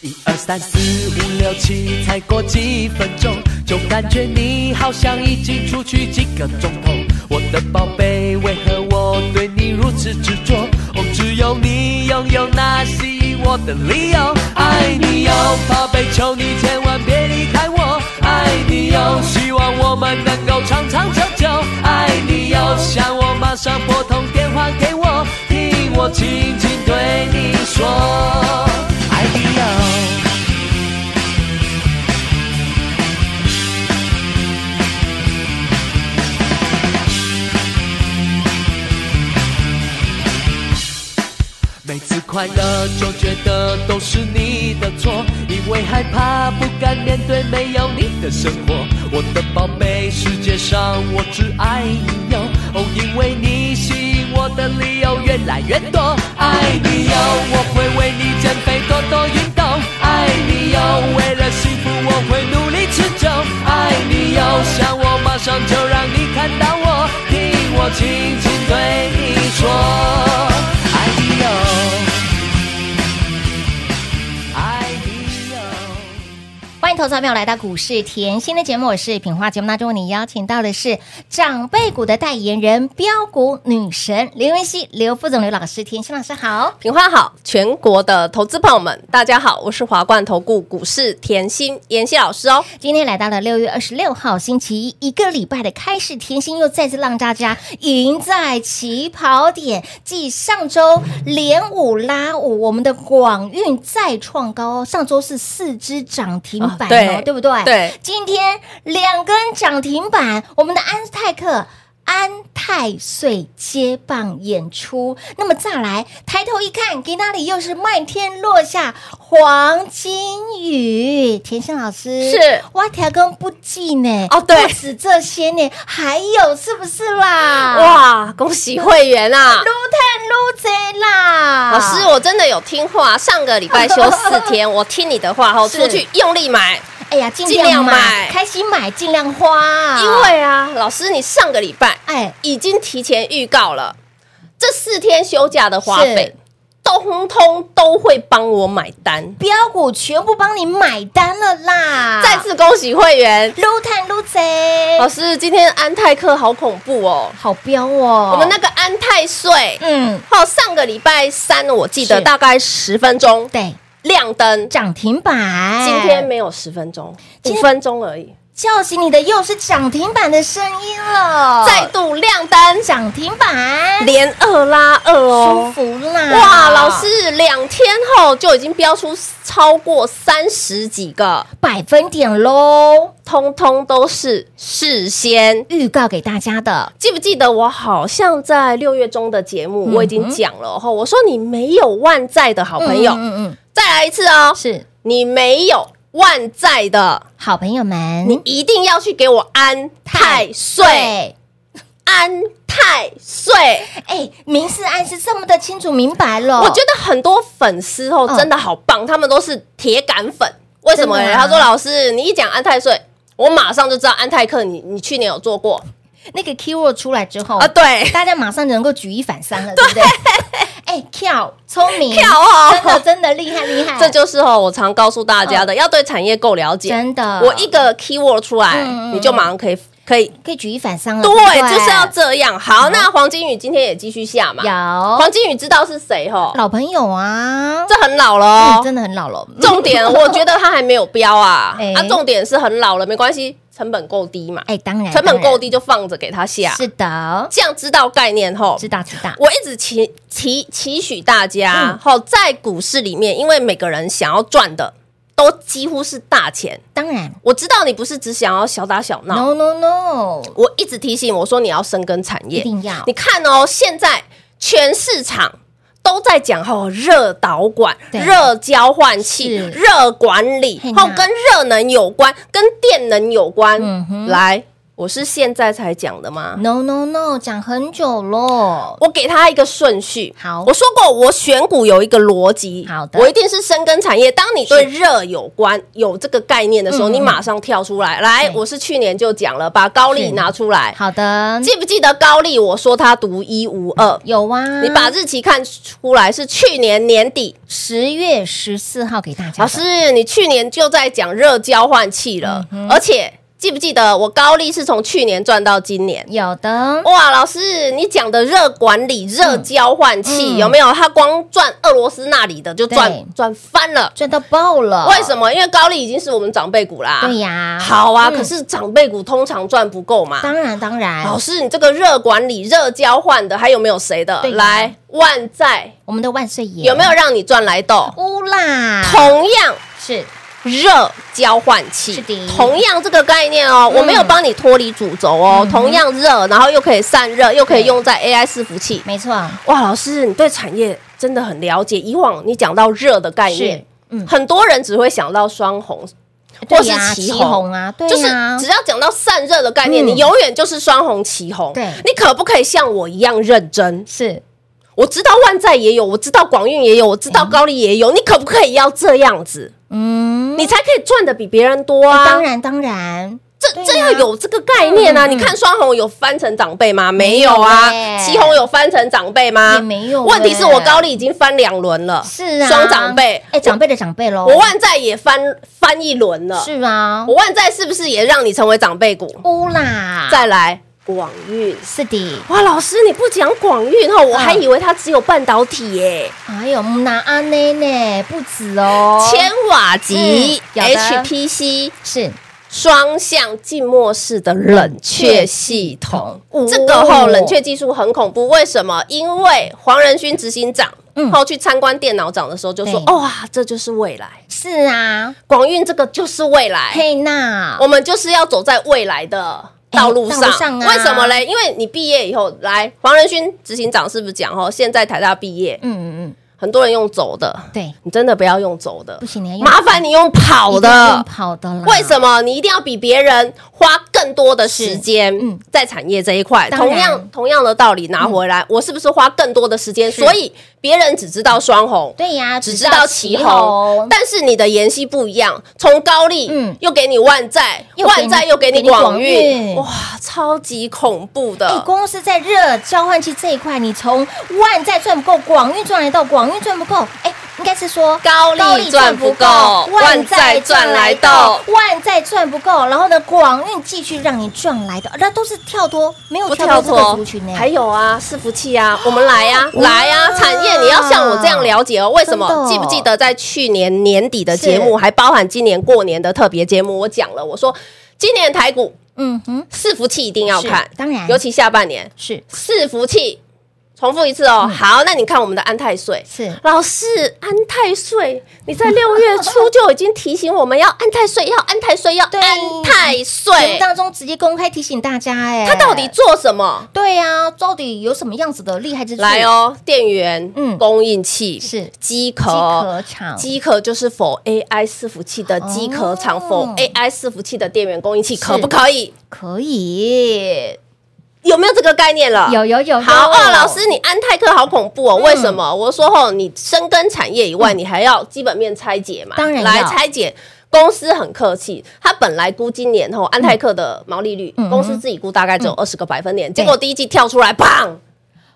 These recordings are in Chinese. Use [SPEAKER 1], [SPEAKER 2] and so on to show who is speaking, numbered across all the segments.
[SPEAKER 1] 一二三四五六七，才过几分钟，就感觉你好像已经出去几个钟头。我的宝贝，为何我对你如此执着？哦，只有你拥有那吸引我的理由。爱你哟，宝贝，求你千万别离开我。爱你哟，希望我们能够长长久久。爱你哟，想我马上拨通电话给我，听我轻轻对你说。爱你哟。每次快乐就觉得都是你的错，因为害怕不敢面对没有你的生活。我的宝贝，世界上我只爱你哟。哦，因为你吸引我的理由越来越多，爱你哟，我会为你减肥多多运动，爱你哟，为了幸福我会努力持久，爱你哟，想我马上就让你看到我，听我轻轻对你说，爱你哟，爱你哟。
[SPEAKER 2] 欢迎投资者朋友来到股市甜心的节目，我是品花。节目当中，你邀请到的是长辈股的代言人标股女神刘文熙、刘副总、刘老师。甜心老师好，
[SPEAKER 3] 平花好，全国的投资朋友们，大家好，我是华冠投顾股市甜心妍希老师哦。
[SPEAKER 2] 今天来到了六月二十六号星期一，一个礼拜的开始，甜心又再次让大家赢在起跑点。继上周连五拉五，我们的广运再创高哦，上周是四只涨停板哦，
[SPEAKER 3] 哦对
[SPEAKER 2] 对不对？
[SPEAKER 3] 对
[SPEAKER 2] 今天两根涨停板，我们的安泰克。安泰岁接棒演出，那么再来抬头一看，给那里又是漫天落下黄金雨。田心老师
[SPEAKER 3] 是
[SPEAKER 2] 哇，条根不济呢？
[SPEAKER 3] 哦对
[SPEAKER 2] 不止这些呢，还有是不是啦？，
[SPEAKER 3] 哇，恭喜会员啊！
[SPEAKER 2] 撸碳撸贼啦！
[SPEAKER 3] 老师，我真的有听话，上个礼拜休四天，我听你的话后
[SPEAKER 2] 是
[SPEAKER 3] 出去用力买，
[SPEAKER 2] 哎呀，尽
[SPEAKER 3] 尽量
[SPEAKER 2] 量买，
[SPEAKER 3] 买
[SPEAKER 2] 开心买，尽量花，
[SPEAKER 3] 因为啊，老师你上个礼拜
[SPEAKER 2] 哎，
[SPEAKER 3] 已经提前预告了，这四天休假的花费，通通都会帮我买单。
[SPEAKER 2] 标股全部帮你买单了啦！
[SPEAKER 3] 再次恭喜会员，
[SPEAKER 2] 撸碳撸贼，
[SPEAKER 3] 老师，今天安泰克好恐怖哦！
[SPEAKER 2] 好标哦！
[SPEAKER 3] 我们那个安泰税，
[SPEAKER 2] 嗯，
[SPEAKER 3] 好，上个礼拜三我记得
[SPEAKER 2] 是
[SPEAKER 3] 大概十分钟
[SPEAKER 2] 对，
[SPEAKER 3] 亮灯，
[SPEAKER 2] 涨停板，
[SPEAKER 3] 今天没有十分钟，
[SPEAKER 2] 哎今
[SPEAKER 3] 五
[SPEAKER 2] 天
[SPEAKER 3] 分钟而已，
[SPEAKER 2] 叫醒你的又是涨停板的声音了，
[SPEAKER 3] 再度亮灯，
[SPEAKER 2] 涨停板，
[SPEAKER 3] 连二拉二
[SPEAKER 2] 舒
[SPEAKER 3] 哦。
[SPEAKER 2] 服啊啦！
[SPEAKER 3] 哇，老师，两天后就已经标出超过三十几个，
[SPEAKER 2] 百分点喽，
[SPEAKER 3] 通通都是事先
[SPEAKER 2] 预告给大家的。
[SPEAKER 3] 记不记得我好像在六月中的节
[SPEAKER 2] 嗯
[SPEAKER 3] 目我已经讲了哈、我说你没有万载的好朋友，
[SPEAKER 2] 嗯嗯嗯
[SPEAKER 3] 再来一次哦
[SPEAKER 2] 嗯，，是
[SPEAKER 3] 你没有万载的，
[SPEAKER 2] 好朋友们，
[SPEAKER 3] 你一定要去给我安太岁，
[SPEAKER 2] 对，
[SPEAKER 3] 安太岁。
[SPEAKER 2] 哎，明示暗示这么的清楚明白了，
[SPEAKER 3] 我觉得很多粉丝哦
[SPEAKER 2] 嗯
[SPEAKER 3] 真的好棒，他们都是铁杆粉，为什么
[SPEAKER 2] 真
[SPEAKER 3] 呢？
[SPEAKER 2] 的吗
[SPEAKER 3] 他说老师，你一讲安太岁，我马上就知道安泰克你你去年有做过
[SPEAKER 2] 那个 keyword 出来之后
[SPEAKER 3] 啊？，对，
[SPEAKER 2] 大家马上能够举一反三了，对不对？哎，跳，聪明，
[SPEAKER 3] 跳哦
[SPEAKER 2] 真的真的厉害厉害，
[SPEAKER 3] 这就是哦，我常告诉大家的，要对产业够了解。
[SPEAKER 2] 真的，
[SPEAKER 3] 我一个 keyword 出来，
[SPEAKER 2] 嗯嗯嗯
[SPEAKER 3] 你就马上可以可以，
[SPEAKER 2] 可以举一反三了，
[SPEAKER 3] 对，
[SPEAKER 2] 对不对，
[SPEAKER 3] 就是要这样。好，那黄金宇今天也继续下嘛？
[SPEAKER 2] 有
[SPEAKER 3] 黄金宇知道是谁吼？
[SPEAKER 2] 老朋友啊，
[SPEAKER 3] 这很老了
[SPEAKER 2] 嗯
[SPEAKER 3] 哦。
[SPEAKER 2] 真的很老了，
[SPEAKER 3] 重点，我觉得他还没有标 啊
[SPEAKER 2] 哎。
[SPEAKER 3] 啊，重点是很老了，没关系，成本够低嘛，
[SPEAKER 2] 哎，当然
[SPEAKER 3] 成本够
[SPEAKER 2] 低，
[SPEAKER 3] 低就放着给他下。
[SPEAKER 2] 是的，
[SPEAKER 3] 这样知道概念吼。
[SPEAKER 2] 知道知道，
[SPEAKER 3] 我一直期期期许大
[SPEAKER 2] 嗯
[SPEAKER 3] 家，吼，在股市里面，因为每个人想要赚的都几乎是大钱。
[SPEAKER 2] 当然
[SPEAKER 3] 我知道你不是只想要小打小闹，
[SPEAKER 2] ，no no no，
[SPEAKER 3] 我一直提醒我说你要深耕产
[SPEAKER 2] 一
[SPEAKER 3] 业。
[SPEAKER 2] 定要
[SPEAKER 3] 你看哦，现在全市场都在讲哦，热导管、
[SPEAKER 2] 对
[SPEAKER 3] 热交换器、
[SPEAKER 2] 是
[SPEAKER 3] 热管理
[SPEAKER 2] 嘿，呐
[SPEAKER 3] 哦，跟热能有关，跟电能有关。
[SPEAKER 2] 嗯哼
[SPEAKER 3] 来，我是现在才讲的吗？
[SPEAKER 2] No No No，讲很久喽。
[SPEAKER 3] 我给他一个顺序。
[SPEAKER 2] 好
[SPEAKER 3] 我说过我选股有一个逻辑。
[SPEAKER 2] 好的
[SPEAKER 3] 我一定是深耕产业。当你对热有关有这个概念的时候，
[SPEAKER 2] 嗯嗯
[SPEAKER 3] 你马上跳出来。来
[SPEAKER 2] 对，
[SPEAKER 3] 我是去年就讲了，把高利
[SPEAKER 2] 是
[SPEAKER 3] 拿出来。
[SPEAKER 2] 好的，
[SPEAKER 3] 记不记得高利？我说它独一无二。
[SPEAKER 2] 有啊，
[SPEAKER 3] 你把日期看出来是去年年底，
[SPEAKER 2] 十月十四号给大家。
[SPEAKER 3] 老，师，你去年就在讲热交换器了，
[SPEAKER 2] 嗯
[SPEAKER 3] 而且记不记得我高利是从去年赚到今年？
[SPEAKER 2] 有的，
[SPEAKER 3] 哇，老师，你讲的热管理、热交换器、
[SPEAKER 2] 嗯
[SPEAKER 3] 有没有？他光赚俄罗斯那里的就
[SPEAKER 2] 对
[SPEAKER 3] 赚赚翻了，
[SPEAKER 2] 赚到爆了。
[SPEAKER 3] 为什？么？因为高利已经是我们长辈股啦。
[SPEAKER 2] 对呀，
[SPEAKER 3] 好啊，
[SPEAKER 2] 嗯
[SPEAKER 3] 可是长辈股通常赚不够嘛。
[SPEAKER 2] 当然当然，
[SPEAKER 3] 老师，你这个热管理、热交换的，还有没有谁的
[SPEAKER 2] 对？呀
[SPEAKER 3] 来，万载
[SPEAKER 2] 我们的万岁爷
[SPEAKER 3] 有没有让你赚来豆？
[SPEAKER 2] 乌啦？
[SPEAKER 3] 同样
[SPEAKER 2] 是
[SPEAKER 3] 热交换器
[SPEAKER 2] 是的，
[SPEAKER 3] 同样这个概念哦，
[SPEAKER 2] 嗯
[SPEAKER 3] 我没有帮你脱离主轴哦，同样热，然后又可以散热，又可以
[SPEAKER 2] 对
[SPEAKER 3] 用在 AI 伺服器。
[SPEAKER 2] 没错，
[SPEAKER 3] 哇，老师，你对产业真的很了解。以往你讲到热的概念
[SPEAKER 2] 是，嗯
[SPEAKER 3] 很多人只会想到双红，
[SPEAKER 2] 对
[SPEAKER 3] 或是
[SPEAKER 2] 呀
[SPEAKER 3] 旗
[SPEAKER 2] 旗
[SPEAKER 3] 红
[SPEAKER 2] 红啊，对
[SPEAKER 3] 就是
[SPEAKER 2] 呀
[SPEAKER 3] 只，要讲到散热的概念，
[SPEAKER 2] 嗯
[SPEAKER 3] 你永远就是双红旗红。
[SPEAKER 2] 对
[SPEAKER 3] 你可不可以像我一样认真？
[SPEAKER 2] 是
[SPEAKER 3] 我知道万载也有，我知道广运也有，我知道高丽也有，你可不可以要这样子？
[SPEAKER 2] 嗯，
[SPEAKER 3] 你才可以赚的比别人多啊！
[SPEAKER 2] 当然当然，对
[SPEAKER 3] 这
[SPEAKER 2] 啊
[SPEAKER 3] 这要有这个概念啊！
[SPEAKER 2] 嗯嗯
[SPEAKER 3] 你看双红有翻成长辈吗？没有啊
[SPEAKER 2] 没有欸。
[SPEAKER 3] 旗红有翻成长辈吗
[SPEAKER 2] 也？没有欸。
[SPEAKER 3] 啊问题是我高丽已经翻两轮了，
[SPEAKER 2] 是啊，
[SPEAKER 3] 双长辈
[SPEAKER 2] 哎，长辈的长辈喽，
[SPEAKER 3] 我万载也翻翻一轮了。
[SPEAKER 2] 是啊
[SPEAKER 3] 我，万载是不是也让你成为长辈股？
[SPEAKER 2] 乌啦，
[SPEAKER 3] 再来广运。嗯
[SPEAKER 2] 是的，
[SPEAKER 3] 哇，老师你不讲广运哈，我还以为它只有半导体耶，
[SPEAKER 2] 哎呦，那安内呢不止哦，
[SPEAKER 3] 千瓦级
[SPEAKER 2] 嗯有的
[SPEAKER 3] HPC
[SPEAKER 2] 是
[SPEAKER 3] 双向静默式的冷却系统，这个
[SPEAKER 2] 哦
[SPEAKER 3] 后冷却技术很恐怖。为什么？因为黄仁勋执行长
[SPEAKER 2] 嗯
[SPEAKER 3] 后去参观电脑展的时候就说：“
[SPEAKER 2] 对
[SPEAKER 3] 哇，这就是未来，
[SPEAKER 2] 是啊，
[SPEAKER 3] 广运这个就是未来，
[SPEAKER 2] 佩娜，
[SPEAKER 3] 哎我们就是要走在未来的。”道路
[SPEAKER 2] 哎道
[SPEAKER 3] 上，
[SPEAKER 2] 路上啊
[SPEAKER 3] 为什么嘞？因为你毕业以后，来黄仁勋执行长是不是讲哦？现在台大毕业，
[SPEAKER 2] 嗯嗯
[SPEAKER 3] 很多人用走的，
[SPEAKER 2] 嗯，对，
[SPEAKER 3] 你真的不要用走的
[SPEAKER 2] 不，行，你要用
[SPEAKER 3] 麻烦你用跑
[SPEAKER 2] 一定要用
[SPEAKER 3] 的，
[SPEAKER 2] 跑的啦，
[SPEAKER 3] 为什么你一定要比别人花更多的时
[SPEAKER 2] 嗯
[SPEAKER 3] 间在产业这一块？
[SPEAKER 2] 当然
[SPEAKER 3] 同样同样的道理拿回来，我是不是花更多的时间？所以别人只知道双红，
[SPEAKER 2] 对呀，
[SPEAKER 3] 只知道旗红，但是你的研析不一样，从高利
[SPEAKER 2] 嗯
[SPEAKER 3] 又给你万债，
[SPEAKER 2] 又给你
[SPEAKER 3] 万债又给
[SPEAKER 2] 给
[SPEAKER 3] 你
[SPEAKER 2] 你广
[SPEAKER 3] 广
[SPEAKER 2] 运
[SPEAKER 3] 运，哇，超级恐怖
[SPEAKER 2] 哎，
[SPEAKER 3] 的。
[SPEAKER 2] 公司在热交换器这一块，你从万载赚不够，广运赚来到，广运赚不够，哎，应该是说
[SPEAKER 3] 高利赚不够万载赚来到，
[SPEAKER 2] 万载赚不够，然后呢，广运继续让你赚来的，那都是跳脱，没有
[SPEAKER 3] 不
[SPEAKER 2] 跳
[SPEAKER 3] 跳
[SPEAKER 2] 脱这个
[SPEAKER 3] 脱
[SPEAKER 2] 族群呢，
[SPEAKER 3] 还有啊，伺服器啊，我们来呀、
[SPEAKER 2] 哇
[SPEAKER 3] 来呀、产业你要像我这样了解哦。为什么？
[SPEAKER 2] 真的哦
[SPEAKER 3] 记不记得在去年年底的节
[SPEAKER 2] 是
[SPEAKER 3] 目，还包含今年过年的特别节目，我讲了，我说今年台股
[SPEAKER 2] 嗯哼，
[SPEAKER 3] 伺服器一定要看
[SPEAKER 2] 是，当然
[SPEAKER 3] 尤其下半年
[SPEAKER 2] 是
[SPEAKER 3] 伺服器。重复一次
[SPEAKER 2] 嗯
[SPEAKER 3] 哦，好，那你看我们的安泰税
[SPEAKER 2] 是
[SPEAKER 3] 老师，安泰税，你在六月 初就已经提醒我们要安泰税，要安泰税，要
[SPEAKER 2] 对
[SPEAKER 3] 安泰
[SPEAKER 2] 节目
[SPEAKER 3] 税，
[SPEAKER 2] 当中直接公开提醒大家，哎，
[SPEAKER 3] 它到底做什么？
[SPEAKER 2] 对呀，到底有什么样子的厉害之处？
[SPEAKER 3] 来，哦，电源、
[SPEAKER 2] 嗯
[SPEAKER 3] 供应器
[SPEAKER 2] 是
[SPEAKER 3] 机
[SPEAKER 2] 机壳
[SPEAKER 3] 壳。
[SPEAKER 2] 厂，
[SPEAKER 3] 机壳就是否 AI 伺服器的机壳厂，否
[SPEAKER 2] 哦
[SPEAKER 3] AI 伺服器的电源供应器，
[SPEAKER 2] 是
[SPEAKER 3] 可不可以？
[SPEAKER 2] 可以，
[SPEAKER 3] 有没有这个概念了？
[SPEAKER 2] 有有嗯有，
[SPEAKER 3] 好
[SPEAKER 2] 有
[SPEAKER 3] 哦，老师，你安泰克好恐怖哦！为什么？我说吼，你深耕产业以外，你还要基本面拆解嘛？
[SPEAKER 2] 嗯当然
[SPEAKER 3] 来
[SPEAKER 2] 要
[SPEAKER 3] 拆解。公司很客气，他本来估今年吼安泰克的毛利率，
[SPEAKER 2] 嗯
[SPEAKER 3] 公司自己估大概只有二十个百分点，
[SPEAKER 2] 对
[SPEAKER 3] 结果第一季跳出来，砰，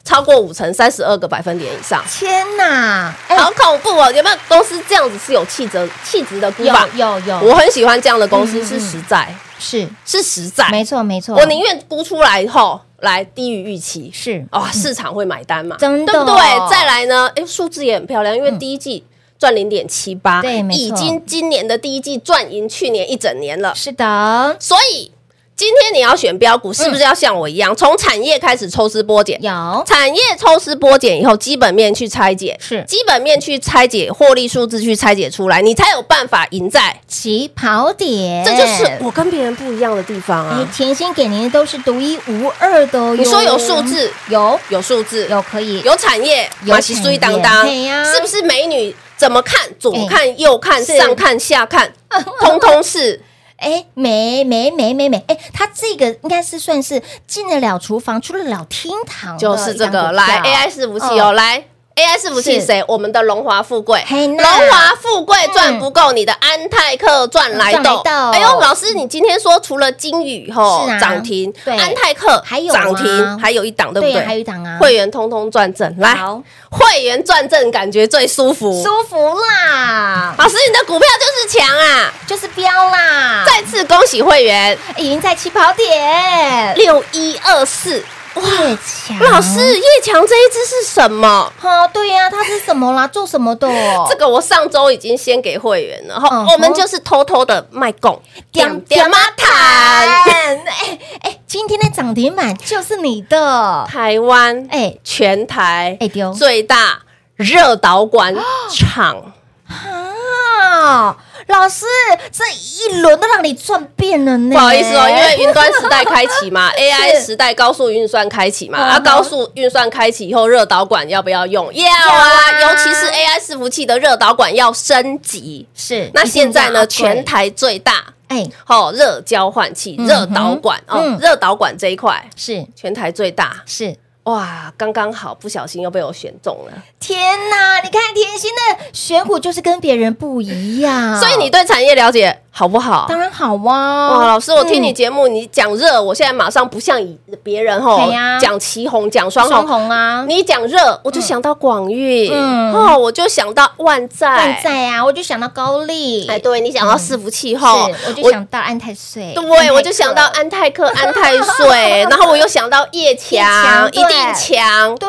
[SPEAKER 3] 超过五成，三十二个百分点以上。
[SPEAKER 2] 天哪，哎
[SPEAKER 3] 好恐怖哦！有没有公司这样子是有气质气质的估
[SPEAKER 2] 有
[SPEAKER 3] 法？
[SPEAKER 2] 有有，
[SPEAKER 3] 我很喜欢这样的公
[SPEAKER 2] 嗯嗯
[SPEAKER 3] 司，
[SPEAKER 2] 嗯
[SPEAKER 3] 是实在，
[SPEAKER 2] 是
[SPEAKER 3] 是实在。
[SPEAKER 2] 没错没错，
[SPEAKER 3] 我宁愿哦估出来以后来低于预期，
[SPEAKER 2] 是嗯
[SPEAKER 3] 哇，市场会买单嘛？
[SPEAKER 2] 真的
[SPEAKER 3] 对不
[SPEAKER 2] 哦
[SPEAKER 3] 对？再来呢？哎，数字也很漂亮，因为第一季赚零点七八，
[SPEAKER 2] 对没错
[SPEAKER 3] 已经今年的第一季赚赢去年一整年了。
[SPEAKER 2] 是的，
[SPEAKER 3] 所以今天你要选标股，是不
[SPEAKER 2] 嗯
[SPEAKER 3] 是要像我一样，从产业开始抽丝剥茧？
[SPEAKER 2] 有
[SPEAKER 3] 产业抽丝剥茧以后，基本面去拆解，
[SPEAKER 2] 哦是
[SPEAKER 3] 基本面去拆解，获利数字去拆解出来，你才有办法赢在。
[SPEAKER 2] 起跑点，
[SPEAKER 3] 这就是我跟别人不一样的地方
[SPEAKER 2] 哎
[SPEAKER 3] 啊，！
[SPEAKER 2] 甜心给您的都是独一无二的哦。
[SPEAKER 3] 你说有数字，
[SPEAKER 2] 有
[SPEAKER 3] 有数字，
[SPEAKER 2] 有可以
[SPEAKER 3] 有产业，
[SPEAKER 2] 有
[SPEAKER 3] 马西
[SPEAKER 2] 产
[SPEAKER 3] 水当
[SPEAKER 2] 业
[SPEAKER 3] 当，
[SPEAKER 2] 嘿呀哎
[SPEAKER 3] 是不是美女？怎么看？左看、右看、
[SPEAKER 2] 是哦
[SPEAKER 3] 上看、下看，通通是。
[SPEAKER 2] 哎，美美美美美，哎，它这个应该是算是进得了厨房，出得了厅堂的哦一档股
[SPEAKER 3] 就
[SPEAKER 2] 票，
[SPEAKER 3] 是这个来 AI 伺服器哦，
[SPEAKER 2] 嗯
[SPEAKER 3] 来 AI 伺服器
[SPEAKER 2] 是
[SPEAKER 3] 谁？我们的荣华富贵，
[SPEAKER 2] 嘿
[SPEAKER 3] 荣
[SPEAKER 2] 那
[SPEAKER 3] 华富贵赚不够，你的安泰克赚来
[SPEAKER 2] 嗯赚来。
[SPEAKER 3] 斗
[SPEAKER 2] 斗
[SPEAKER 3] 哎呦，老师，你今天说除了金宇吼
[SPEAKER 2] 是啊
[SPEAKER 3] 涨停，
[SPEAKER 2] 对
[SPEAKER 3] 安泰克
[SPEAKER 2] 还有啊
[SPEAKER 3] 涨停，还有一档对不
[SPEAKER 2] 对
[SPEAKER 3] 对？
[SPEAKER 2] 啊，还有一档啊，
[SPEAKER 3] 会员通通转正，来
[SPEAKER 2] 好
[SPEAKER 3] 会员转正感觉最舒服。
[SPEAKER 2] 舒服啦，
[SPEAKER 3] 老师，你的股票就是强啊！
[SPEAKER 2] 就是标啦，
[SPEAKER 3] 再次恭喜会员
[SPEAKER 2] 已经在起跑点，
[SPEAKER 3] 六一二四，
[SPEAKER 2] 越强，
[SPEAKER 3] 老师，叶强这一支是什么？
[SPEAKER 2] 哦，对呀、它是什么啦？做什么的哦？
[SPEAKER 3] 这个我上周已经先给会员了，
[SPEAKER 2] 嗯
[SPEAKER 3] 哈，
[SPEAKER 2] 哼
[SPEAKER 3] 我们就是偷偷的卖供，点点嘛谈
[SPEAKER 2] 谈， 哎哎，今天的涨停板就是你的，
[SPEAKER 3] 台湾，
[SPEAKER 2] 哎
[SPEAKER 3] 全台
[SPEAKER 2] 哎丢
[SPEAKER 3] 最大热导管 厂，
[SPEAKER 2] 啊！老师，这一轮都让你赚遍了呢。
[SPEAKER 3] 不好意思哦，因为云端时代开 启嘛，AI 时代高速运算开启嘛，
[SPEAKER 2] 嗯哼
[SPEAKER 3] 啊，高速运算开启以后，热导管要不要用？要啊，
[SPEAKER 2] 要啊
[SPEAKER 3] 尤其是 AI 伺服器的热导管要升级。
[SPEAKER 2] 是
[SPEAKER 3] 那现在呢，
[SPEAKER 2] 一定啊要
[SPEAKER 3] 全台最大
[SPEAKER 2] 哎
[SPEAKER 3] 哦，热交换器、
[SPEAKER 2] 嗯哼
[SPEAKER 3] 热导管哦
[SPEAKER 2] 嗯，
[SPEAKER 3] 热导管这一块
[SPEAKER 2] 是
[SPEAKER 3] 全台最大，
[SPEAKER 2] 是，
[SPEAKER 3] 哇，刚刚好，不小心又被我选中了。
[SPEAKER 2] 天哪！你看甜心的选股就是跟别人不一样，
[SPEAKER 3] 所以你对产业了解好不好？
[SPEAKER 2] 嗯当然好啊哇。
[SPEAKER 3] 哇，老师，我听你
[SPEAKER 2] 嗯
[SPEAKER 3] 节目，你讲热，我现在马上不像以别人吼
[SPEAKER 2] 对呀
[SPEAKER 3] 讲旗红，讲双
[SPEAKER 2] 双
[SPEAKER 3] 红。
[SPEAKER 2] 红啊，
[SPEAKER 3] 你讲热，我就想到广域，
[SPEAKER 2] 嗯
[SPEAKER 3] 哦，我就想到万载，
[SPEAKER 2] 万，在啊，我就想到高丽，
[SPEAKER 3] 哎，对你想到伺服器吼，
[SPEAKER 2] 是，我就想到安泰税，嗯安泰
[SPEAKER 3] 对，
[SPEAKER 2] 克
[SPEAKER 3] 我就想到安泰克、安泰 税，然后我又想到叶强，
[SPEAKER 2] 叶强对
[SPEAKER 3] 一定强，
[SPEAKER 2] 对，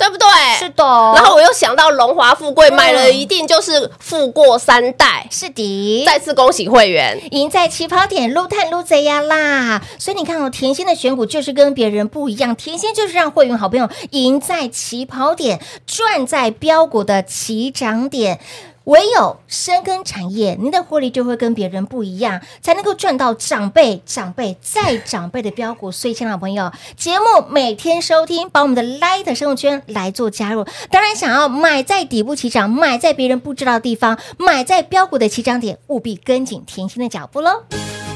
[SPEAKER 3] 对不对？
[SPEAKER 2] 是的。哦
[SPEAKER 3] 然后我又想到荣华富贵，
[SPEAKER 2] 嗯
[SPEAKER 3] 买了一定就是富过三代。
[SPEAKER 2] 是的，
[SPEAKER 3] 再次恭喜会员，
[SPEAKER 2] 赢在起跑点，撸探撸贼呀啦！所以你看哦，甜心的选股就是跟别人不一样，甜心就是让会员好朋友赢在起跑点，赚在标股的起涨点。唯有深耕产业，您的获利就会跟别人不一样，才能够赚到长辈、长辈再长辈的标股。所以，亲爱的朋友，节目每天收听，把我们的 Light 生活圈来做加入。当然，想要买在底部起涨，买在别人不知道的地方，买在标股的起涨点，务必跟紧甜心的脚步喽。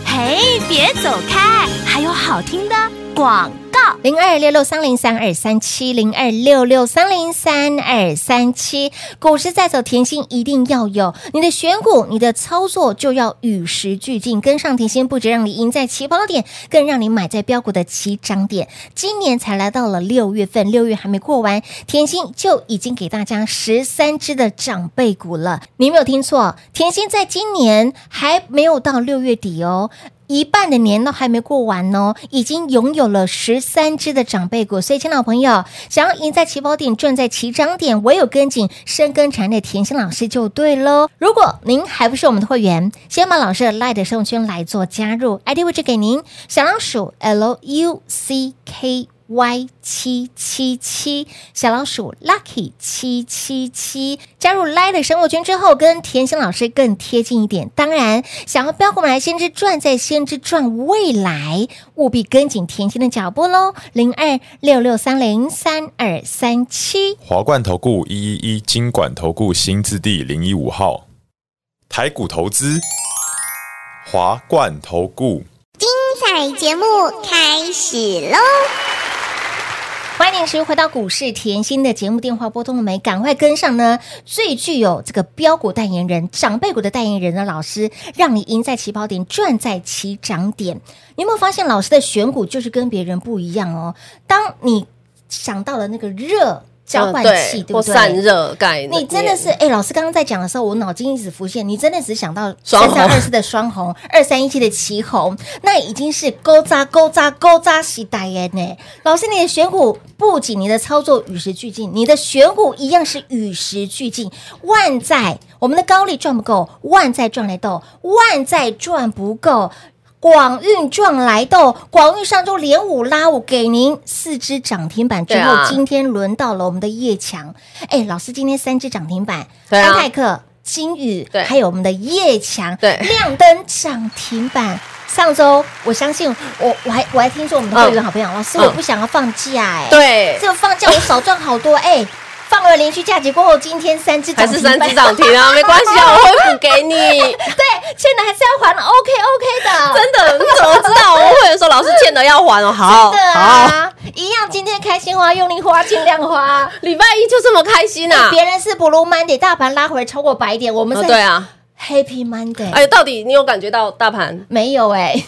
[SPEAKER 4] 嘿，别走开，还有好听的广告。
[SPEAKER 2] 零二六六三零三二三七零二六六三零三二三七。股市在走，甜心一定要有你的选股，你的操作就要与时俱进，跟上甜心，不止让你赢在起跑点，更让你买在标股的起涨点。今年才来到了六月份，六月还没过完，甜心就已经给大家十三只的长辈股了。你没有听错，甜心在今年还没有到六月底哦，一半的年都还没过完哦，已经拥有了十三只的长辈股，所以，亲老朋友，想要赢在起跑点，赚在起涨点，唯有跟紧深耕产业的甜心老师就对喽。如果您还不是我们的会员，先把老师的 Light 生活圈来做加入，ID 位置给您，小老鼠 L U C K。Y 七七七小老鼠 Lucky 七七七加入 Line 的生活圈之后，跟甜心老师更贴近一点。当然，想要标股来先知赚，在先知赚未来，务必跟紧甜心的脚步喽。零二六六三零三二三七，
[SPEAKER 5] 华冠投顾一一一金管投顾新字第零一五号，台股投资，华冠投顾。
[SPEAKER 6] 彩节目开始喽！
[SPEAKER 2] 欢迎您持续回到股市甜心的节目，电话拨通了没？赶快跟上呢！最具有这个标股代言人、长辈股的代言人的老师，让你赢在起跑点，赚在起涨点。你有没有发现老师的选股就是跟别人不一样哦？当你想到了那个热交换器，
[SPEAKER 3] 嗯
[SPEAKER 2] 对不
[SPEAKER 3] 或散
[SPEAKER 2] 对？
[SPEAKER 3] 热概念，
[SPEAKER 2] 你真的是哎、老师刚刚在讲的时候，我脑筋一直浮现，你真的只想到
[SPEAKER 3] 双
[SPEAKER 2] 三
[SPEAKER 3] 红
[SPEAKER 2] 三二四的双红，二三一七的旗红，那已经是勾扎勾扎勾扎西代言呢。老师，你的选股不仅你的操作与时俱进，你的选股一样是与时俱进。万载我们的高利赚不够，万载赚来斗，万载赚不够。广运赚来斗，广运上周连五拉五，给您四只涨停板之后，
[SPEAKER 3] 对啊
[SPEAKER 2] 今天轮到了我们的叶强。哎，老师，今天三只涨停板，
[SPEAKER 3] 对啊
[SPEAKER 2] 安泰克、金宇，
[SPEAKER 3] 对
[SPEAKER 2] 还有我们的叶强，
[SPEAKER 3] 对
[SPEAKER 2] 亮灯涨停板。上周我相信我，我还我还听说我们的会员好朋友，老师，
[SPEAKER 3] 嗯
[SPEAKER 2] 我不想要放假哎、
[SPEAKER 3] 对
[SPEAKER 2] 这个放假我少赚好多哎、放了连续假期过后，今天三只
[SPEAKER 3] 还
[SPEAKER 2] 涨
[SPEAKER 3] 是
[SPEAKER 2] 停
[SPEAKER 3] 三
[SPEAKER 2] 板
[SPEAKER 3] 只涨停 啊，没关系啊，我会补给你。
[SPEAKER 2] 对，欠的还是要还，OK OK 的，
[SPEAKER 3] 真的，你怎么知道？我们会员说老师欠的要还哦，好
[SPEAKER 2] 真的
[SPEAKER 3] 好，
[SPEAKER 2] 啊，一样，今天开心花，用力花，尽量花。
[SPEAKER 3] 礼拜一就这么开心啊！
[SPEAKER 2] 别人是 Blue Monday，大盘拉回来超过百点，我们
[SPEAKER 3] 哦
[SPEAKER 2] 是
[SPEAKER 3] 对啊，
[SPEAKER 2] Happy Monday。
[SPEAKER 3] 哎，到底你有感觉到大盘？
[SPEAKER 2] 没有哎、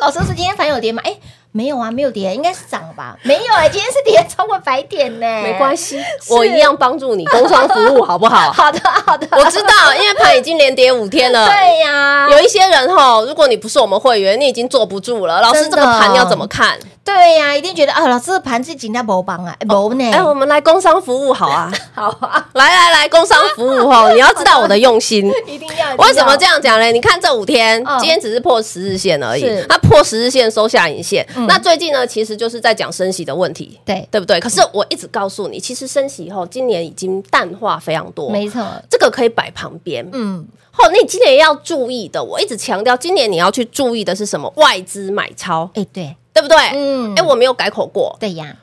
[SPEAKER 2] 老师说今天盘有跌吗？哎、没有啊，没有跌，应该是涨吧？没有哎、今天是跌超过百点呢、
[SPEAKER 3] 没关
[SPEAKER 2] 系，
[SPEAKER 3] 系，我一样帮助你，工商服务好不 好？
[SPEAKER 2] 好的好的，
[SPEAKER 3] 我知道，因为盘已经连跌五天了。
[SPEAKER 2] 对呀、
[SPEAKER 3] 有一些人哈，如果你不是我们会员，你已经坐不住了。老师，
[SPEAKER 2] 真的
[SPEAKER 3] 这个盘要怎么看？
[SPEAKER 2] 对呀、一定觉得啊，老师的盘是紧张不帮啊，不呢、
[SPEAKER 3] 哎，我们来工商服务好啊！
[SPEAKER 2] 好啊，
[SPEAKER 3] 来来来，工商服 务哈，你要知道我的用心。
[SPEAKER 2] 一定要
[SPEAKER 3] 为什么这
[SPEAKER 2] 样？
[SPEAKER 3] 样讲呢？你看这五天，
[SPEAKER 2] 嗯
[SPEAKER 3] 今天只是破十日线而已
[SPEAKER 2] 是，
[SPEAKER 3] 它破十日线收下影线
[SPEAKER 2] 嗯。
[SPEAKER 3] 那最近呢，其实就是在讲升息的问题，
[SPEAKER 2] 对，
[SPEAKER 3] 对不对？可是我一直告诉你，其实升息后，今年已经淡化非常多，
[SPEAKER 2] 没错，
[SPEAKER 3] 这个可以摆旁边。
[SPEAKER 2] 嗯，
[SPEAKER 3] 后你今年要注意的，我一直强调，今年你要去注意的是什么？外资买超，
[SPEAKER 2] 哎、对，
[SPEAKER 3] 对不对？
[SPEAKER 2] 嗯
[SPEAKER 3] 哎，我没有改口过，
[SPEAKER 2] 对呀，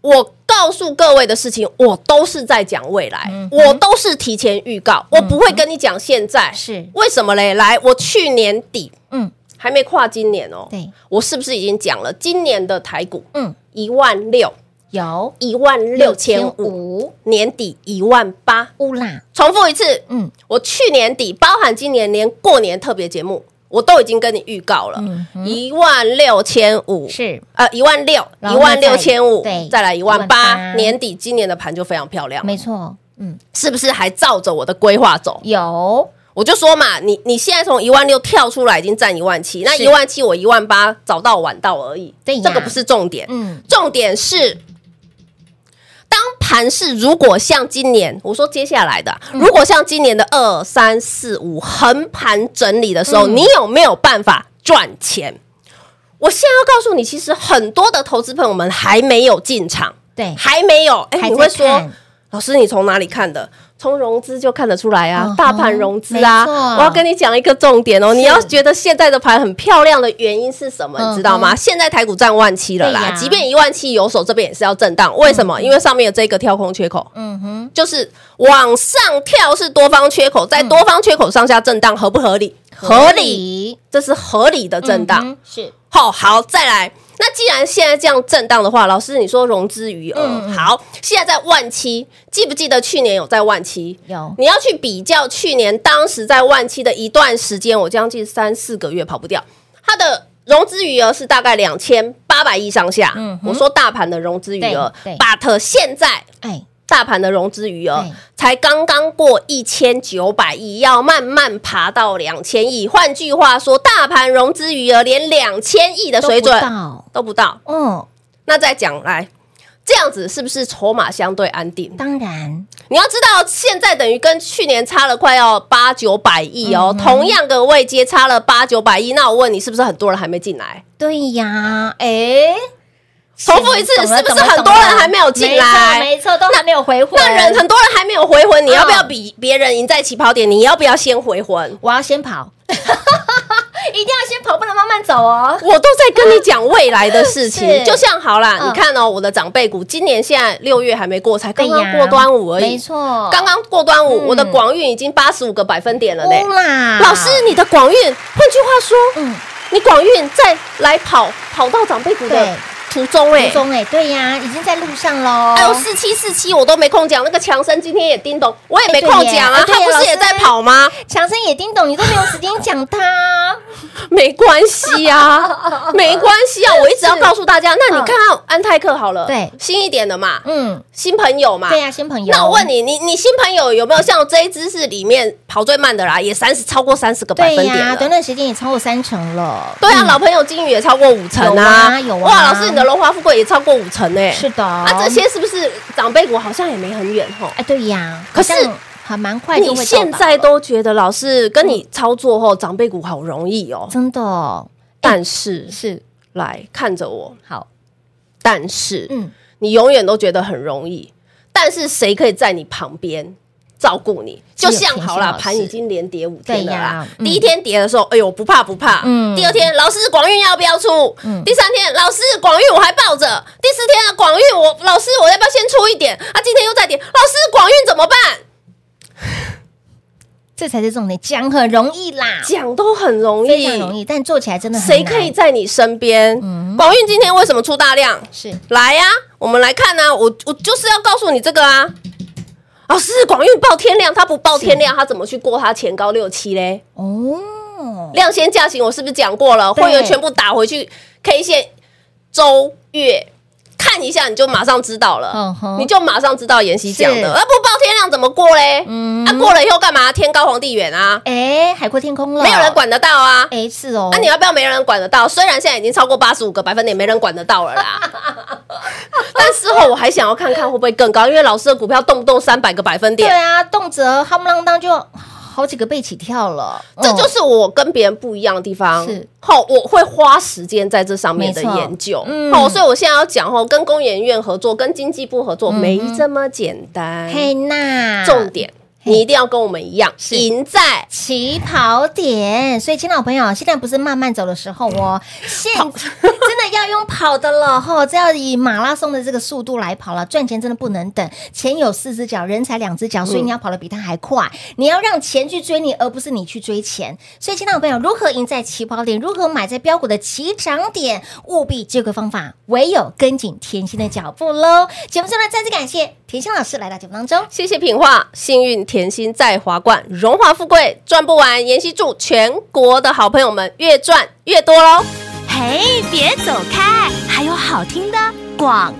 [SPEAKER 3] 我告诉各位的事情，我都是在讲未来，
[SPEAKER 2] 嗯
[SPEAKER 3] 我都是提前预告，我不会跟你讲现在。
[SPEAKER 2] 是
[SPEAKER 3] 为什么嘞？来，我去年底
[SPEAKER 2] 嗯，
[SPEAKER 3] 还没跨今年哦，
[SPEAKER 2] 对，
[SPEAKER 3] 我是不是已经讲了今年的台股？
[SPEAKER 2] 嗯，
[SPEAKER 3] 一万六，
[SPEAKER 2] 有
[SPEAKER 3] 一万六千五，年底一万八。
[SPEAKER 2] 乌啦，
[SPEAKER 3] 重复一次，
[SPEAKER 2] 嗯，
[SPEAKER 3] 我去年底，包含今年连过年特别节目，我都已经跟你预告了
[SPEAKER 2] 嗯，
[SPEAKER 3] 一万六千五
[SPEAKER 2] 是
[SPEAKER 3] 呃，一万六，
[SPEAKER 2] 然
[SPEAKER 3] 一
[SPEAKER 2] 后
[SPEAKER 3] 万
[SPEAKER 2] 再
[SPEAKER 3] 六千五
[SPEAKER 2] 对，
[SPEAKER 3] 再来一万八，
[SPEAKER 2] 18,000
[SPEAKER 3] 年底今年的盘就非常漂亮，
[SPEAKER 2] 没错，嗯，
[SPEAKER 3] 是不是还照着我的规划走？
[SPEAKER 2] 有
[SPEAKER 3] 我就说嘛，你你现在从一万六跳出来，已经占一万七，那
[SPEAKER 2] 是
[SPEAKER 3] 一万七我一万八早到晚到而已，
[SPEAKER 2] 对呀
[SPEAKER 3] 这个不是重点，
[SPEAKER 2] 嗯，
[SPEAKER 3] 重点是。当盘是如果像今年，我说接下来的啊，
[SPEAKER 2] 嗯
[SPEAKER 3] 如果像今年的二三四五横盘整理的时候，
[SPEAKER 2] 嗯
[SPEAKER 3] 你有没有办法赚钱？我现在要告诉你，其实很多的投资朋友们还没有进场，
[SPEAKER 2] 对
[SPEAKER 3] 还没有。哎、
[SPEAKER 2] 还
[SPEAKER 3] 你
[SPEAKER 2] 在
[SPEAKER 3] 会说
[SPEAKER 2] 看，
[SPEAKER 3] 老师，你从哪里看的？从融资就看得出来啊
[SPEAKER 2] 嗯哼
[SPEAKER 3] 大盘融资
[SPEAKER 2] 没
[SPEAKER 3] 啊
[SPEAKER 2] 错。
[SPEAKER 3] 我要跟你讲一个重点哦，
[SPEAKER 2] 是
[SPEAKER 3] 你要觉得现在的盘很漂亮的原因是什么？
[SPEAKER 2] 嗯哼
[SPEAKER 3] 你知道吗？现在台股占万七了
[SPEAKER 2] 对
[SPEAKER 3] 啦，
[SPEAKER 2] 呀
[SPEAKER 3] 即便一万七有手，这边也是要震荡。为什么？因为上面有这个跳空缺口，
[SPEAKER 2] 嗯哼，
[SPEAKER 3] 就是往上跳是多方缺口，在多方缺口上下震荡，合不合理？合理，
[SPEAKER 2] 嗯理
[SPEAKER 3] 这是合理的震荡。
[SPEAKER 2] 嗯哼是
[SPEAKER 3] 好、好，再来。那既然现在这样震荡的话，老师你说融资余额、
[SPEAKER 2] 嗯嗯
[SPEAKER 3] 好，现在在万七，记不记得去年有在万七？
[SPEAKER 2] 有
[SPEAKER 3] 你要去比较去年当时在万七的一段时间，我将近三四个月跑不掉，它的融资余额是大概两千八百亿上下。
[SPEAKER 2] 嗯哼
[SPEAKER 3] 我说大盘的融资余额
[SPEAKER 2] 对对
[SPEAKER 3] ，but 现在
[SPEAKER 2] 哎，
[SPEAKER 3] 大盘的融资余额
[SPEAKER 2] 对
[SPEAKER 3] 才刚刚过一千九百亿，要慢慢爬到两千亿。换句话说，大盘融资余额连两千亿的水准
[SPEAKER 2] 都不到
[SPEAKER 3] 都不到。
[SPEAKER 2] 嗯，
[SPEAKER 3] 那再讲来，这样子是不是筹码相对安定？
[SPEAKER 2] 当然
[SPEAKER 3] 你要知道，现在等于跟去年差了快要八九百亿哦，同样的位阶差了八九百亿。那我问你，是不是很多人还没进来？
[SPEAKER 2] 对呀，哎，
[SPEAKER 3] 重复一次，
[SPEAKER 2] 懂了
[SPEAKER 3] 是不
[SPEAKER 2] 懂
[SPEAKER 3] 是
[SPEAKER 2] 了
[SPEAKER 3] 很多
[SPEAKER 2] 懂
[SPEAKER 3] 人
[SPEAKER 2] 了
[SPEAKER 3] 还没有进来？
[SPEAKER 2] 没错，没错都还没有回魂。
[SPEAKER 3] 那人很多人还没有回魂，你要不要比别人赢在起跑点？你要不要先回魂？
[SPEAKER 2] 我要先跑， 一定要先跑，不能慢慢走哦。
[SPEAKER 3] 我都在跟你讲未来的事 情，
[SPEAKER 2] 是
[SPEAKER 3] 就像好啦，
[SPEAKER 2] 嗯
[SPEAKER 3] 你看哦，我的长辈股今年现在六月还没过，才刚
[SPEAKER 2] 对
[SPEAKER 3] 刚
[SPEAKER 2] 呀
[SPEAKER 3] 过端午而
[SPEAKER 2] 没
[SPEAKER 3] 已，
[SPEAKER 2] 错，
[SPEAKER 3] 刚刚过端午，
[SPEAKER 2] 嗯
[SPEAKER 3] 我的广运已经八十五个百分点了嘞
[SPEAKER 2] 乌。啦，
[SPEAKER 3] 老师，你的广运，换句话说，
[SPEAKER 2] 嗯，
[SPEAKER 3] 你广运再来跑跑到长辈股的
[SPEAKER 2] 对哦
[SPEAKER 3] 途中哎
[SPEAKER 2] 吴。中哎，对呀，已经在路上喽。
[SPEAKER 3] 还有四七四七，我都没空讲。那个强生今天也叮咚，我也没
[SPEAKER 2] 哎对
[SPEAKER 3] 空
[SPEAKER 2] 耶
[SPEAKER 3] 讲
[SPEAKER 2] 哎
[SPEAKER 3] 啊，
[SPEAKER 2] 对
[SPEAKER 3] 他
[SPEAKER 2] 耶
[SPEAKER 3] 不
[SPEAKER 2] 老
[SPEAKER 3] 是
[SPEAKER 2] 师
[SPEAKER 3] 也在跑吗？
[SPEAKER 2] 强生也叮咚，你都没有时间讲他，
[SPEAKER 3] 没关系 啊，没关系啊，我一直要告诉大家。那你看到安泰克好
[SPEAKER 2] 嗯
[SPEAKER 3] 了，
[SPEAKER 2] 对
[SPEAKER 3] 新一点的嘛，
[SPEAKER 2] 嗯，
[SPEAKER 3] 新朋友嘛，
[SPEAKER 2] 对呀，新朋友。
[SPEAKER 3] 啊那我问，你，你你新朋友有没有像这一支是里面跑最慢的啦？也三十超过三十个百
[SPEAKER 2] 对
[SPEAKER 3] 分点
[SPEAKER 2] 呀，
[SPEAKER 3] 了。
[SPEAKER 2] 短短时间也超过三成了。
[SPEAKER 3] 对啊，老朋友金鱼也超过五成
[SPEAKER 2] 有啊
[SPEAKER 3] 啊，
[SPEAKER 2] 有啊
[SPEAKER 3] 哇，老师你的荣华富贵也超过五成哎、
[SPEAKER 2] 是的，
[SPEAKER 3] 啊，这些是不是长辈股好像也没很远吼？
[SPEAKER 2] 哎，对呀，
[SPEAKER 3] 可是
[SPEAKER 2] 好像还蛮快就
[SPEAKER 3] 你
[SPEAKER 2] 会到
[SPEAKER 3] 现
[SPEAKER 2] 达
[SPEAKER 3] 在
[SPEAKER 2] 了
[SPEAKER 3] 都觉得老师跟你操作后长辈股好容易哦，
[SPEAKER 2] 真的哦
[SPEAKER 3] 但是
[SPEAKER 2] 是
[SPEAKER 3] 来看着我，
[SPEAKER 2] 好，
[SPEAKER 3] 但是
[SPEAKER 2] 嗯，
[SPEAKER 3] 你永远都觉得很容易，但是谁可以在你旁边啊照顾你，
[SPEAKER 2] 只有
[SPEAKER 3] 就像好
[SPEAKER 2] 甜心老
[SPEAKER 3] 啦，
[SPEAKER 2] 师
[SPEAKER 3] 盘已经连跌五天了
[SPEAKER 2] 对呀
[SPEAKER 3] 啦。
[SPEAKER 2] 嗯
[SPEAKER 3] 第一天跌的时候，哎呦不怕不怕，
[SPEAKER 2] 嗯
[SPEAKER 3] 第二天老师广运要不要出？第三天老师广运我还抱着，第四天啊广运我老师我要不要先出一点？啊今天又在跌，老师广运怎么办？
[SPEAKER 2] 这才是重点，讲很容易啦，
[SPEAKER 3] 讲都很容
[SPEAKER 2] 非
[SPEAKER 3] 易，
[SPEAKER 2] 常容易，但做起来真的很
[SPEAKER 3] 谁可以
[SPEAKER 2] 难
[SPEAKER 3] 在你身边？广运今天为什么出大量？
[SPEAKER 2] 是
[SPEAKER 3] 来呀、我们来看啊，我我就是要告诉你这个啊。老师，广运报天量，他不报天量，他怎么去过他前高六七嘞？
[SPEAKER 2] 哦，
[SPEAKER 3] 量先价行，我是不是讲过了？
[SPEAKER 2] 对
[SPEAKER 3] 会员全部打回去 K 线周月看一下，你就马上知道了，
[SPEAKER 2] 嗯哼
[SPEAKER 3] 你就马上知道妍希讲
[SPEAKER 2] 是
[SPEAKER 3] 的。啊，不报天量怎么过嘞？
[SPEAKER 2] 嗯
[SPEAKER 3] 啊，过了以后干嘛？天高皇帝远啊，
[SPEAKER 2] 哎，海阔天空了，
[SPEAKER 3] 没有人，管得到啊。
[SPEAKER 2] 哎，是哦，
[SPEAKER 3] 那、你要不要没人管得到？虽然现在已经超过八十五个百分点，没人管得到 了啦。但事后我还想要看看会不会更高，因为老师的股票动不动三百个百分
[SPEAKER 2] 对
[SPEAKER 3] 点，
[SPEAKER 2] 啊，动辄夯不啷当就好几个倍起跳了，
[SPEAKER 3] 这
[SPEAKER 2] 嗯
[SPEAKER 3] 就是我跟别人不一样的地方。
[SPEAKER 2] 是，
[SPEAKER 3] 后我会花时间在这上面的
[SPEAKER 2] 没错
[SPEAKER 3] 研究。
[SPEAKER 2] 嗯
[SPEAKER 3] 哦，所以我现在要讲哦，跟工研院合作，跟经济部合作，
[SPEAKER 2] 嗯
[SPEAKER 3] 没这么简单。
[SPEAKER 2] 嘿那
[SPEAKER 3] 重点，
[SPEAKER 2] 嘿
[SPEAKER 3] 你一定要跟我们一样，赢在
[SPEAKER 2] 起跑点，所以，亲老朋友，现在不是慢慢走的时候哦，现 真的要用跑的了吼，这要以马拉松的这个速度来跑了，赚钱真的不能等，钱有四只脚，人才两只脚，所以你要跑得比他还快，你要让钱去追你，而不是你去追钱。所以，亲老朋友，如何赢在起跑点，如何买在标股的起涨点，务必这个方法，唯有跟紧甜心的脚步喽。节目最后呢，再次感谢甜心老师来到节目当中。
[SPEAKER 3] 谢谢品画，幸运甜心在华冠，荣华富贵赚不完。妍希祝全国的好朋友们越赚越多喽！
[SPEAKER 4] 嘿，别走开，还有好听的广告。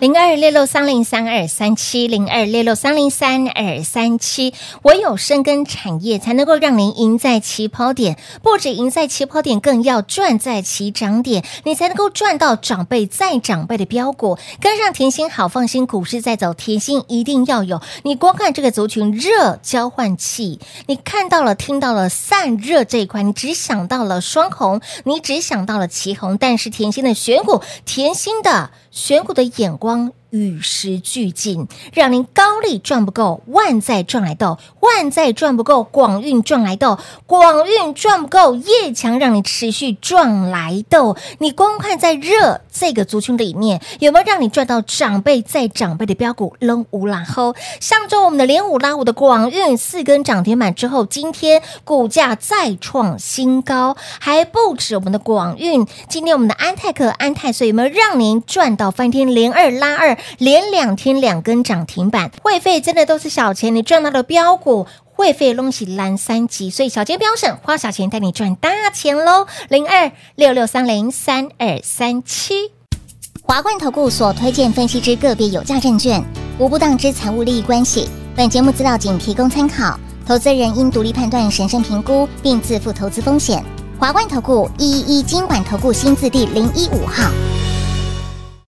[SPEAKER 2] 零二六六三零三二三七零二六六三零三二三七，唯有深耕产业，才能够让您赢在起跑点。不止赢在起跑点，更要赚在起涨点，你才能够赚到长辈再长辈的标股，跟上甜心好放心，股市在走，甜心一定要有。你光看这个族群热交换器，你看到了、听到了散热这一块，你只想到了双红，你只想到了旗红，但是甜心的选股，甜心的选股的眼光。与时俱进，让您高利赚不够，万载赚来斗；万载赚不够，广运赚来斗；广运赚不够，夜强让你持续赚来斗。你光看在热这个族群里面，有没有让你赚到长辈再长辈的标股扔无啦吼？上周我们的连五拉五的广运四根涨停板之后，今天股价再创新高，还不止我们的广运。今天我们的安泰克、安泰税有没有让您赚到翻天？连二拉二，连两天两根涨停板，会费真的都是小钱，你赚到了标股。会费弄起蓝三级，所以小钱标省，花小钱带你赚大钱喽！零二六六三零三二三七。
[SPEAKER 6] 华冠投顾所推荐分析之个别有价证券，无不当之财务利益关系。本节目资料仅提供参考，投资人应独立判断、审慎评估，并自负投资风险。华冠投顾一一一金管投顾新字第零一五号。